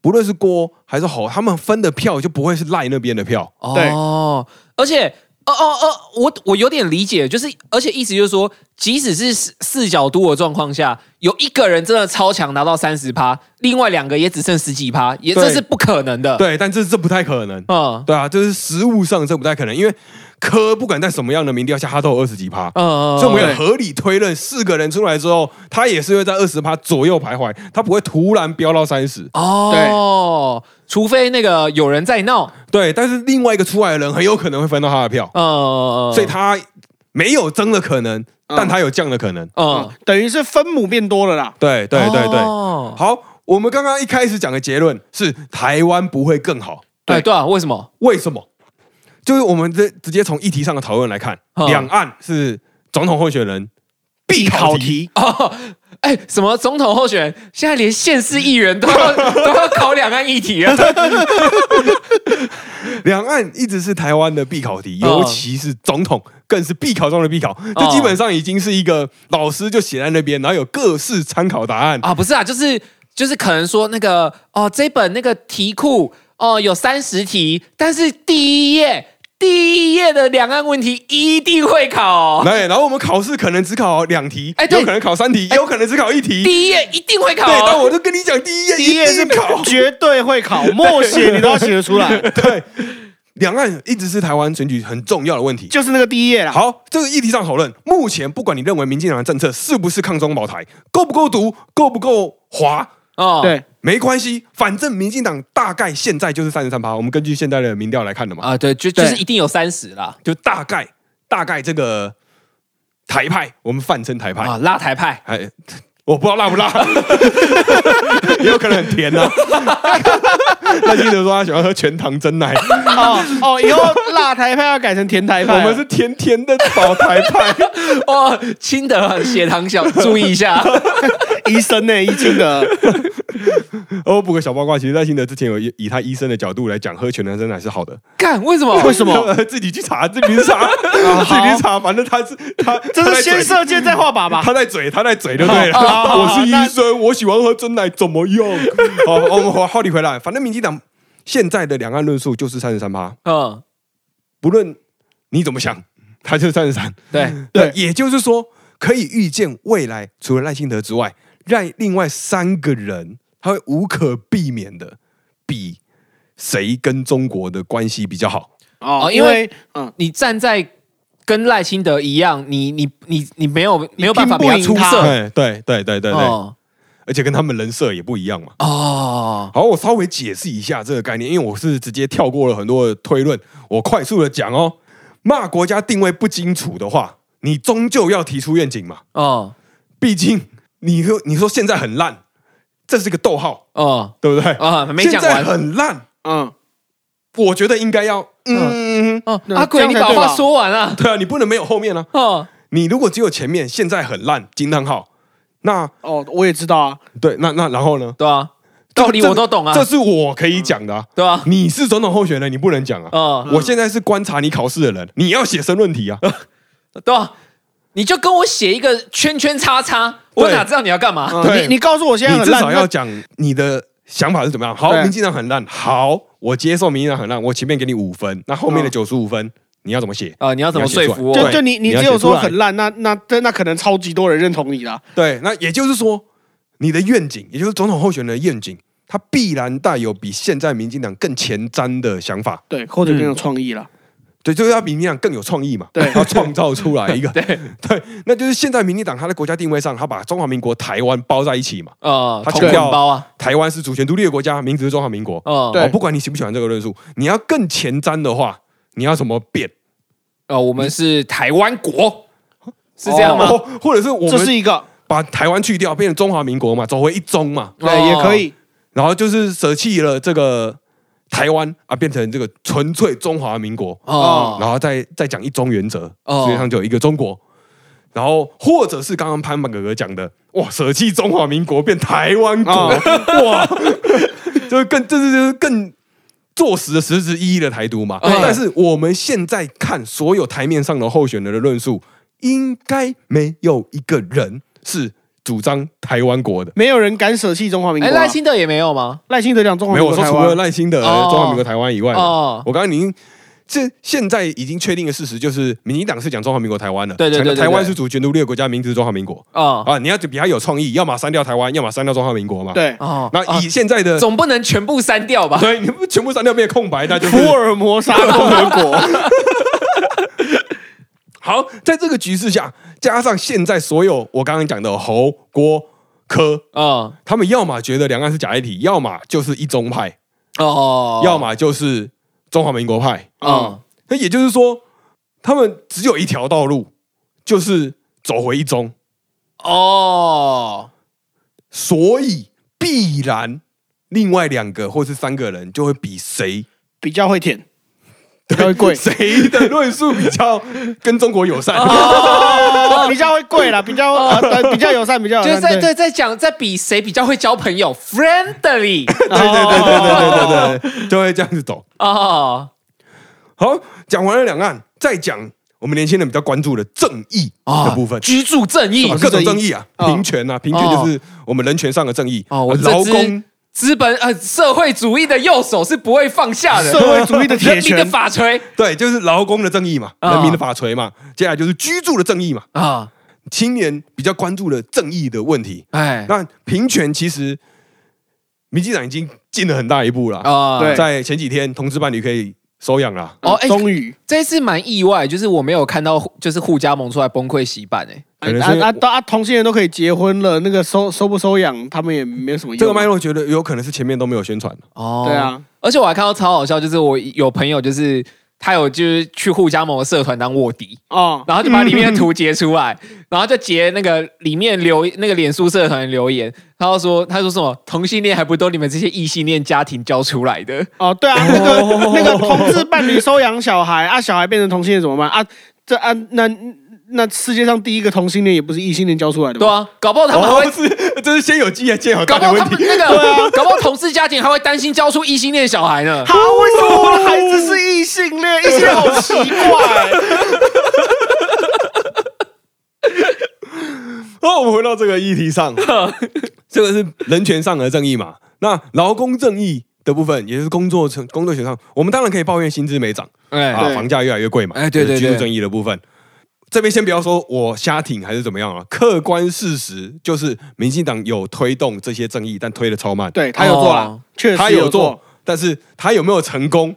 不论是郭还是侯，他们分的票就不会是赖那边的票。对哦，而且。哦哦哦，我我有点理解，就是而且意思就是说，即使是四四角度的状况下，有一个人真的超强拿到三十趴，另外两个也只剩十几趴，也对这是不可能的。，对，但这这不太可能。嗯对啊，就是实物上这不太可能，因为柯不管在什么样的民调下，他都有二十几趴。嗯，所以我们嗯也合理推论，四个人出来之后，他也是会在二十趴左右徘徊，他不会突然飙到三十。嗯哦，除非那个有人在闹，对，但是另外一个出来的人很有可能会分到他的票，呃，所以他没有增的可能，但他有降的可能。嗯，等于是分母变多了啦。对对对对，哦好，我们刚刚一开始讲的结论是台湾不会更好，哎对啊，为什么？为什么？就是我们这直接从议题上的讨论来看，嗯两岸是总统候选人必考考题，题，哦，哎，什么总统候选人现在连县市议员都要 都要考两岸议题啊？两岸一直是台湾的必考题，嗯尤其是总统更是必考中的必考，这基本上已经是一个老师就写在那边，然后有各式参考答案。啊，不是啊，就是就是可能说那个哦，这本那个题库哦有三十题，但是第一页第一页的两岸问题一定会考哦，哎对，然后我们考试可能只考两题，哎对有可能考三题，也有可能只考一题。第一页一定会考对，但哦。我就跟你讲，第一页 第一页是。定考绝对会考，默写你都要写得出来，对，两岸一直是台湾选举很重要的问题。 就是那个第一页啦。好，这个议题上讨论，目前不管你认为民进党的政策是不是抗中保台，够不够毒，够不够滑，哦，对没关系，反正民进党大概现在就是三十三趴，我们根据现在的民调来看的嘛，啊，对，就就是对一定有三十啦就大概大概这个台派，我们泛称台派，啊，拉台派。哎，我不知道辣不辣，也有可能很甜呢、啊。他记得说他喜欢喝全糖真奶，哦哦，以后辣台派要改成甜台派我啊。们是甜甜的倒台派。 哦，亲德血糖小，注意一下。 医生呢，易经的，而我补个小八卦，其实赖清德之前有以以他医生的角度来讲，喝全能真奶是好的。干为什么？为什么？自己去查，自己去查，自己去查，反正他是他，这他在是先嘴射箭再画靶吧？他在嘴，他在嘴就对了。好好好我是那医生，我喜欢喝真奶，怎么样？好，我们话话题回来，反正民进党现在的两岸论述就是三十三趴，嗯，不论你怎么想，他就是三十三。对，对 也就是说，可以预见未来除了赖清德之外，让另外三个人，他会无可避免的比谁跟中国的关系比较好。 哦哦因为嗯，你站在跟赖清德一样，你你你你没有没有办法比拼不他赢出他对对色，对对对对，哦而且跟他们人设也不一样嘛。哦，好，我稍微解释一下这个概念，因为我是直接跳过了很多的推论，我快速的讲哦。骂国家定位不清楚的话，你终究要提出愿景嘛。哦毕竟你说你说现在很烂，这是个逗号，哦对不对？哦，没现讲在完。很烂，嗯，我觉得应该要嗯，哦，那阿这鬼，样你才把对话吧说完啊。对啊，你不能没有后面啊。哦，你如果只有前面，现在很烂，惊叹号。那哦，我也知道啊，对，那那然后呢？对啊，道理这我都懂啊这，是我可以讲的、啊。对啊，你是总统候选人，你不能讲啊。哦，我现在是观察你考试的人，你要写申论题 啊。对啊，你就跟我写一个圈圈叉叉，我对哪知道你要干嘛？嗯对你你告诉我现在你很至烂，少要讲你的想法是怎么样。好，对民进党很烂，好，我接受民进党很烂，我前面给你五分，那后面哦的嗯九十五分你要怎么写？啊，你要怎么你要说写出来服我？对就就你你你要只写有出说来很烂，那那那那可能超级多人认同你啦。对，那也就是说，你的愿景，也就是总统候选人的愿景，它必然带有比现在民进党更前瞻的想法。对，或者更有创意了。对，就是要比民进党更有创意嘛，对要创造出来 一个，对对，那就是现在民进党它的国家定位上，它把中华民国台湾包在一起嘛，呃，他同强调捆包啊，台湾是主权独立的国家，名字是中华民国，哦，对哦，不管你喜不喜欢这个论述，你要更前瞻的话，你要怎么变？哦，我们是台湾国，是这样吗？哦，或者是我这们是一个把台湾去掉，变成中华民国嘛，走回一中嘛，对，也可以。然后就是舍弃了这个台湾啊，变成这个纯粹中华民国，哦，然后再再讲一中原则，哦实际上就有一个中国。然后，或者是刚刚潘哥哥讲的，哇，舍弃中华民国变台湾国，哦哇，就是更，这是就是更坐实了十之一的台独嘛。对但是我们现在看所有台面上的候选人的论述，应该没有一个人是主张台湾国的。没有人敢舍弃中华民国哎，啊。赖清德也没有吗？赖清德讲中华没民有，我说国哦台除了湾，赖清德、哦中华民国台湾以外嘛，哦我刚刚已经这现在已经确定的事实就是，民进党是讲中华民国台湾了，对对对对对台湾是主权独立的国家，名字是中华民国哦啊，你要比他有创意，要么删掉台湾，要么删掉中华民国嘛。，对，哦，那以现在的，总不能全部删掉 吧？对，你不全部删掉变空白，那就是福尔摩沙共和国。好。在这个局势下，加上现在所有我刚刚讲的侯、郭、柯，哦他们要么觉得两岸是假一体，要么就是一中派，哦，要么就是中华民国派。哦那也就是说，他们只有一条道路，就是走回一中，哦所以必然另外两个或是三个人就会比谁比较会舔，比较会贵， 谁的论述比较跟中国友善。比较会贵啦，比较呃对比较友善，比较友就是善在对在讲在比谁比较会交朋友，friendly 对对对对对对对对，就会这样子走。哦好，讲完了两岸，再讲我们年轻人比较关注的正义的部分。啊居住正义啊各种正义啊，哦平权啊，平权就是我们人权上的正义。哦，我啊劳这工只资本呃社会主义的右手是不会放下的，社会主义的铁人民的拳，法锤对，就是劳工的正义嘛，哦人民的法锤嘛，接下来就是居住的正义嘛，啊，青年比较关注的正义的问题。哎那平权其实，民进党已经进了很大一步了。啊，对在前几天，同志伴侣可以收养了。哦哎终于，这一次蛮意外，就是我没有看到就是互加盟出来崩溃洗版哎，可啊能是啊啊啊！同性恋都可以结婚了，那个收收不收养，他们也没有什么用。这个脉络觉得有可能是前面都没有宣传，哦对，啊，而且我还看到超好笑，就是我有朋友就是他有就是去互加盟的社团当卧底，哦，然后就把里面的图截出来，然后就截那个里面留那个脸书社团的留言，他就说他说什么同性恋还不都你们这些异性恋家庭教出来的？哦，对啊，那个那个同志伴侣收养小孩啊，小孩变成同性恋怎么办啊？这啊，那那世界上第一个同性恋也不是异性恋教出来的对吗？啊，搞不好他们还哦会，是这是先有鸡还先有搞蛋不的好问他题们。那个，搞不好同志家庭还会担心教出异性恋小孩呢。啊，为什么我的孩子是异性 恋？异性恋好奇怪。 哦，我们回到这个议题上，这个是人权上的正义嘛？那劳工正义的部分，也就是工作成工作权上，我们当然可以抱怨薪资没涨哎啊，对房价越来越贵嘛。哎对对就是居住对正义的部分，这边先不要说我瞎挺还是怎么样啊，客观事实就是，民进党有推动这些正义，但推的超慢。 对他有做啦哦，确实他有有做，，但是他有没有成功，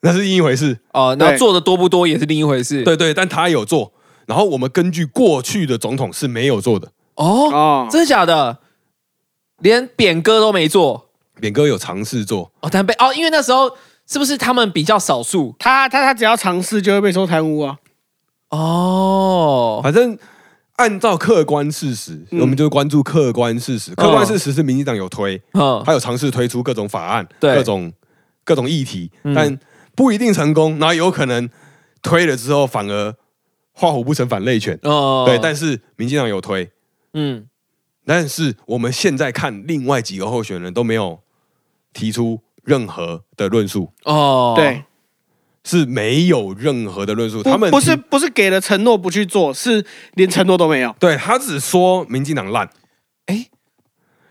那是另一回事。哦，那对做的多不多也是另一回事。，对对，但他有做。然后我们根据过去的总统是没有做的，哦，哦，真的假的？连扁哥都没做扁哥有尝试做，哦，但被哦，因为那时候是不是他们比较少数他他他只要尝试就会被说贪污啊。哦？反正按照客观事实，嗯我们就关注客观事实。客观事实是民进党有推，嗯，他有尝试推出各种法案，对各种各种议题，嗯但不一定成功。然后有可能推了之后反而画虎不成反类犬。哦，对，但是民进党有推，嗯，但是我们现在看另外几个候选人都没有提出任何的论述，哦，对，，是没有任何的论述。不他们不是提不是给了承诺不去做，是连承诺都没有。对他只说民进党烂。哎，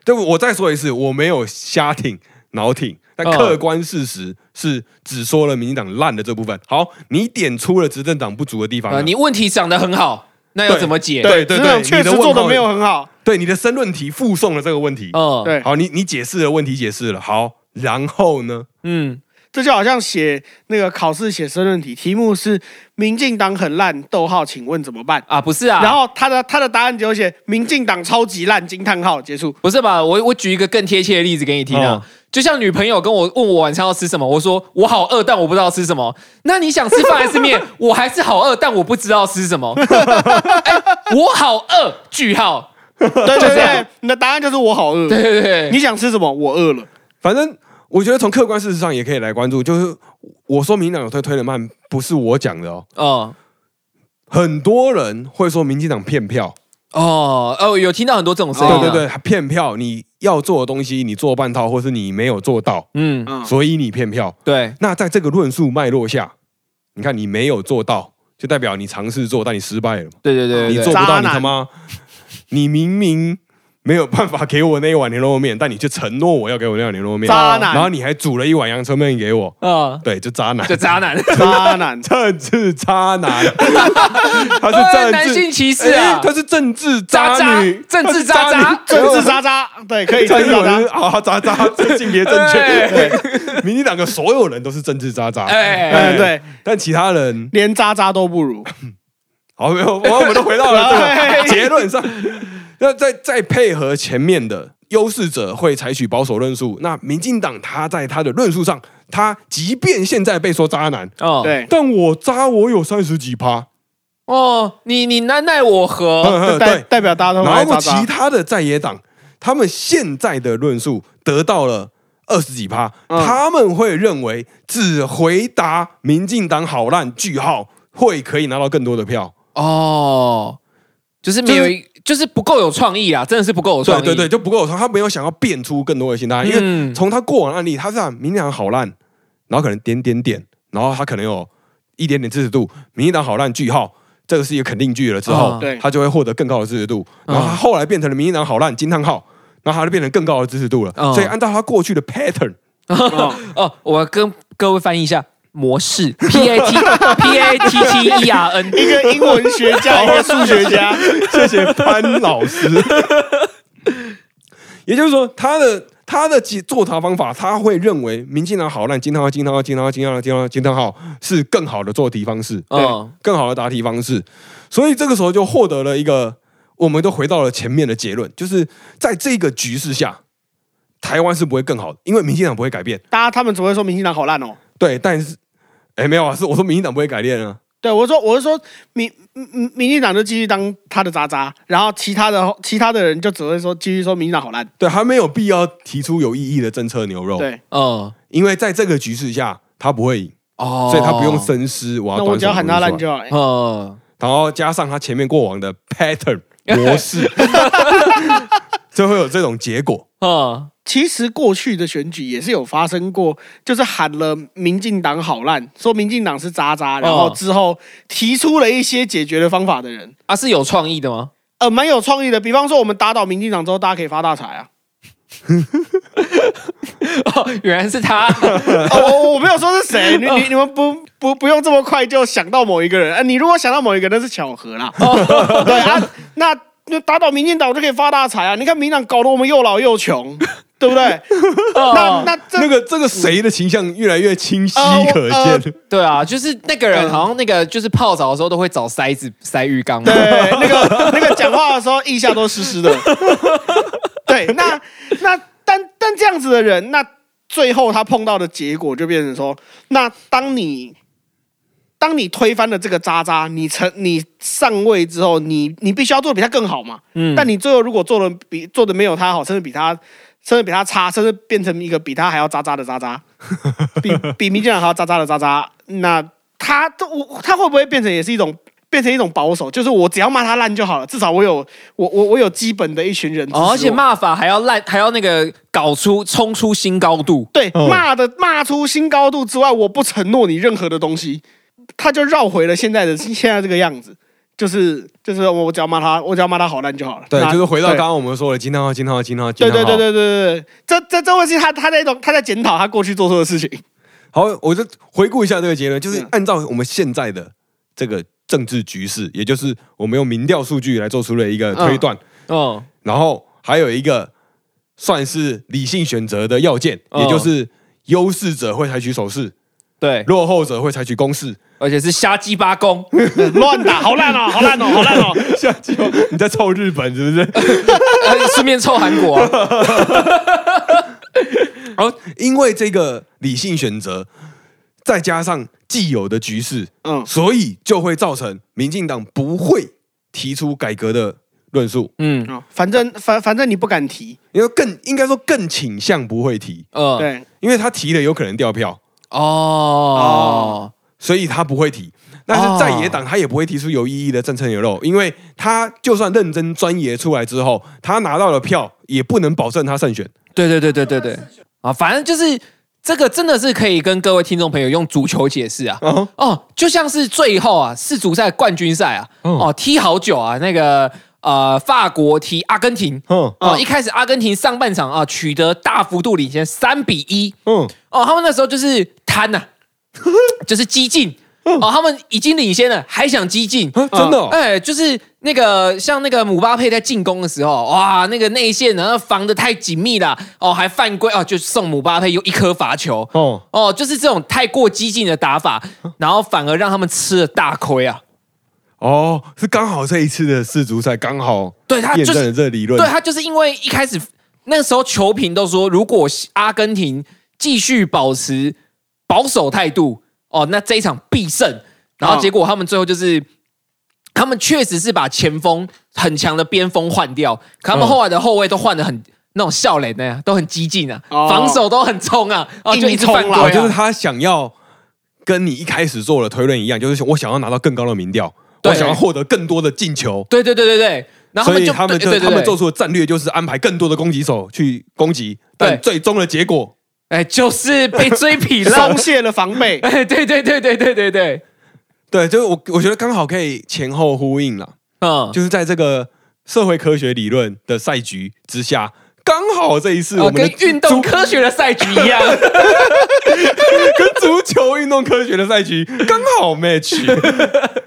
对，我再说一次，我没有瞎挺、脑挺，但嗯客观事实是只说了民进党烂的这部分。好，你点出了执政党不足的地方了、啊呃，你问题讲的很好，那要对怎么解？对对真的对，确你实的做问的号没有很好。对你的申论题附送了这个问题。嗯，对，好，你你解释了问题，解释了好，然后呢？嗯，这就好像写那个考试写申论题，题目是“民进党很烂”，逗号，请问怎么办？啊，不是啊，然后他的他的答案只有写“民进党超级烂”，惊叹号 结束。不是吧？我我举一个更贴切的例子给你听啊，哦就像女朋友跟我问我晚上要吃什么，我说我好饿，但我不知道吃什么。那你想吃饭还是面？我还是好饿，但我不知道吃什么。哎我好饿，句号。对对对，你的答案就是我好饿。对对对，你想吃什么？我 饿了。反正我觉得从客观事实上也可以来关注，就是我说民进党有推推的慢，不是我讲的哦。哦很多人会说民进党骗票，哦哦，有听到很多这种声音、哦啊。对对，对，骗票，你要做的东西你做半套，或是你没有做到，嗯，嗯，所以你骗票。对，那在这个论述脉络下，你看你没有做到，就代表你尝试做，但你失败了嘛？对对对对你对做不渣到，男你他妈， 你明明没有办法给我那一碗牛肉面，但你却承诺我要给我那碗牛肉面，渣男然后你还煮了一碗阳春面给我，啊，对，就渣男。就，渣 男，渣男 政治渣 男，他呃是男政治性歧视啊哎，他是政治渣渣女，，政治渣女渣，政治 渣渣，对，可以蔡英政治渣文渣是。啊渣渣，这性别正确。对， 民进党的所有人都是政治渣渣，哎，嗯，对，但其他人连渣渣都不如。好没有，我我们都回到了这个结论上。那再再配合前面的优势者会采取保守论述，那民进党他在他的论述上，他即便现在被说渣男，哦，对，但我渣我有三十几趴，哦，你你难奈我何？嗯嗯代对。代表大家都很爱然后渣其渣。他的在野党，他们现在的论述得到了二十几趴，嗯他们会认为只回答民进党好烂句号会可以拿到更多的票。哦，就是没有一，就是不够有创意啊啦，真的是不够有创对意。对对，就不够，他没有想要变出更多的新答案，因为嗯从他过往案例，他是啊民进党好烂，然后可能点点点，然后他可能有一点点支持度，民进党好烂句号。这个是一个肯定句了之后嗯，对他就会获得更高的支持度。然后他后来变成了民进党好烂惊叹号，然后他就变成更高的支持度了。嗯所以按照他过去的 pattern，嗯哦，我跟各位翻译一下模式 P A T P A T T E R N 一个英文学家，一个数学家。 谢谢潘老师。 也就是说，他的他的解做法方法，他会认为民进党好烂，惊叹号、惊叹号、惊叹号、惊叹号、惊叹号、惊叹号是更好的做题方式，哦更好的答题方式。所以这个时候就获得了一个，我们都回到了前面的结论，就是在这个局势下，台湾是不会更好的，因为民进党不会改变。大家他们只会说民进党好烂哦。对，但是哎，没有啊，是我说民进党不会改变啊。对，我说我是说民民民进党就继续当他的渣渣，然后其他的其他的人就只会说继续说民进党好烂。对，还没有必要提出有意义的政策牛肉。对，哦因为在这个局势下，他不会赢，哦，所以他不用深思。我要那我只要端喊什么他烂论述就好了。哦，然后加上他前面过往的 pattern 模式，就会有这种结果。嗯，其实过去的选举也是有发生过，就是喊了民进党好烂，说民进党是渣渣，然后之后提出了一些解决的方法的人，啊，是有创意的吗？呃，蛮有创意的。比方说，我们打倒民进党之后，大家可以发大财啊！哦，原来是 他，哦，我我没有说是 谁，你你你们不不不用这么快就想到某一个人啊、呃你如果想到某一个，那是巧合 啦。对啊，那那打倒民进党就可以发大财啊！你看民进党搞得我们又老又 穷，对不对？那哦那这那个这个谁的形象越来越清晰呃我可呃见。对啊，就是那个人嗯好像那个就是泡澡的时候都会找塞子塞浴缸嘛，对，那个那个讲话的时候腋下都湿湿 的。对，那那但但这样子的人，那最后他碰到的结果就变成说，那当你当你推翻了这个渣渣，你成你上位之后，你你必须要做的比他更好嘛。嗯，但你最后如果做的比做的没有他好，甚至比他甚至比他差，甚至变成一个比他还要渣渣的渣渣， 比比民进党还要渣渣的渣渣，那他我他会不会变成也是一种变成一种保守？就是我只要骂他烂就好了，至少我有我我我有基本的一群人支持我、哦，而且骂法还要烂，还要那个搞出冲出新高度，对嗯骂的骂出新高度之外，我不承诺你任何的东西，他就绕回了现在的现在这个样子。就是就是我只要骂他，我只要骂他好烂就好了。对，那就是回到对刚刚我们说的金汤号、金汤号、金汤号、金对汤对号。对对对对对，这这这会是他他在一种他在检讨他过去做错的 事情。好，我就回顾一下这个结论，就是嗯按照我们现在的这个政治局势，也就是我们用民调数据来做出了一个推断，嗯，然后还有一个算是理性选择的要件，嗯也就是优势者会采取手势，对，落后者会采取攻势。而且是瞎鸡巴攻，乱打，好烂哦，好烂哦，好烂哦！下集哦你在凑日本是不是？呃 顺便凑韩国啊， 然后因为这个理性选择，再加上既有的局势，嗯所以就会造成民进党不会提出改革的论述，嗯，哦，反正反反正你不敢提，因为更应该说更倾向不会提，呃，对，因为他提了有可能掉票，哦，所以他不会提。但是在野党他也不会提出有意义的政策牛肉，因为他就算认真钻研出来之后，他拿到了票也不能保证他胜选。对对对对对对，啊，反正就是这个真的是可以跟各位听众朋友用足球解释啊，哦，哦，就像是最后啊世足赛冠军赛啊，嗯哦踢好久啊，那个呃法国踢阿根廷。嗯哦，嗯一开始阿根廷上半场啊取得大幅度领先三比一，嗯，哦，他们那时候就是贪呐、就是激进。哦，他们已经领先了，还想激进。啊真的哦哎，就是那个像那个姆巴佩在进攻的时候，哇，那个内线然后防的太紧密了，哦，还犯规哦，就送姆巴佩又一颗罚球。哦，哦，就是这种太过激进的打法，然后反而让他们吃了大亏啊！哦，是刚好这一次的世足赛刚好对他验就是证了这个理论，对他就是因为一开始那时候球评都说，如果阿根廷继续保持保守态度，哦，那这一场必胜。嗯然后结果他们最后就是，他们确实是把前锋很强的边锋换掉，可他们嗯后来的后卫都换的很。那种笑脸呢，都很激进啊，哦防守都很冲啊，哦，硬就一直犯冲规、啦啊哦，就是他想要跟你一开始做的推论一样，就是我想要拿到更高的民调，对我想要获得更多的进球，对对对对对，然后所他们以就他们对对就对他对们做出的战略就是安排更多的攻击手去攻击，但对最终的结果哎，就是被追平 松了，。懈了防备啊哎，对对对对对对对，对，就是我我觉得刚好可以前后呼应了，嗯，就是在这个社会科学理论的赛局之下。刚好这一次，我哦，们的跟运动科学的赛局一 样，跟足球运动科学的赛局刚好 match，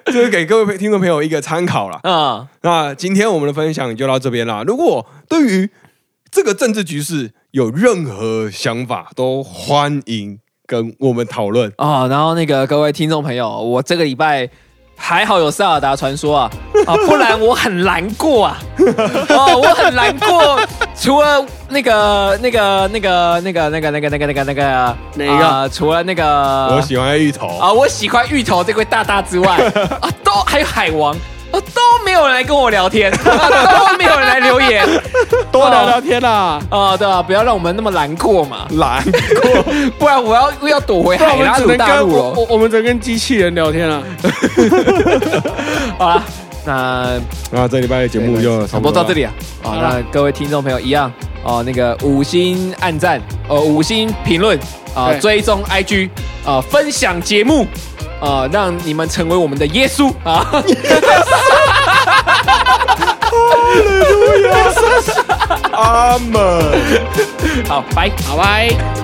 就是给各位听众朋友一个参考啦。嗯，那今天我们的分享就到这边啦。如果对于这个政治局势有任何想法，都欢迎跟我们讨论。哦，然后那个各位听众朋友，我这个礼拜还好有塞尔达传说啊，啊，不然我很难过 啊，哦，我很难过，除了那个那个那个那个那个那个那个那个那个哪一个啊除了那个我喜欢芋头， 啊，我喜欢芋头这位大大之外，啊，都还有海王哦都没有人来跟我聊天， 都没有人来留言多聊聊天啦。啊、对啊，不要让我们那么难过嘛，懒，哎不然我要又要躲回不然海我们拉只鲁能大跟陆我了。我我们只能跟机器人聊天了。啊好啦，那那这礼拜的节目就差不多到这里。里啊。啊、好那啦各位听众朋友一样哦，那个五星按赞，呃，五星评论啊，对追踪 IG 啊，分享节目啊，让你们成为我们的耶稣 啊。阿门。好，拜，好拜。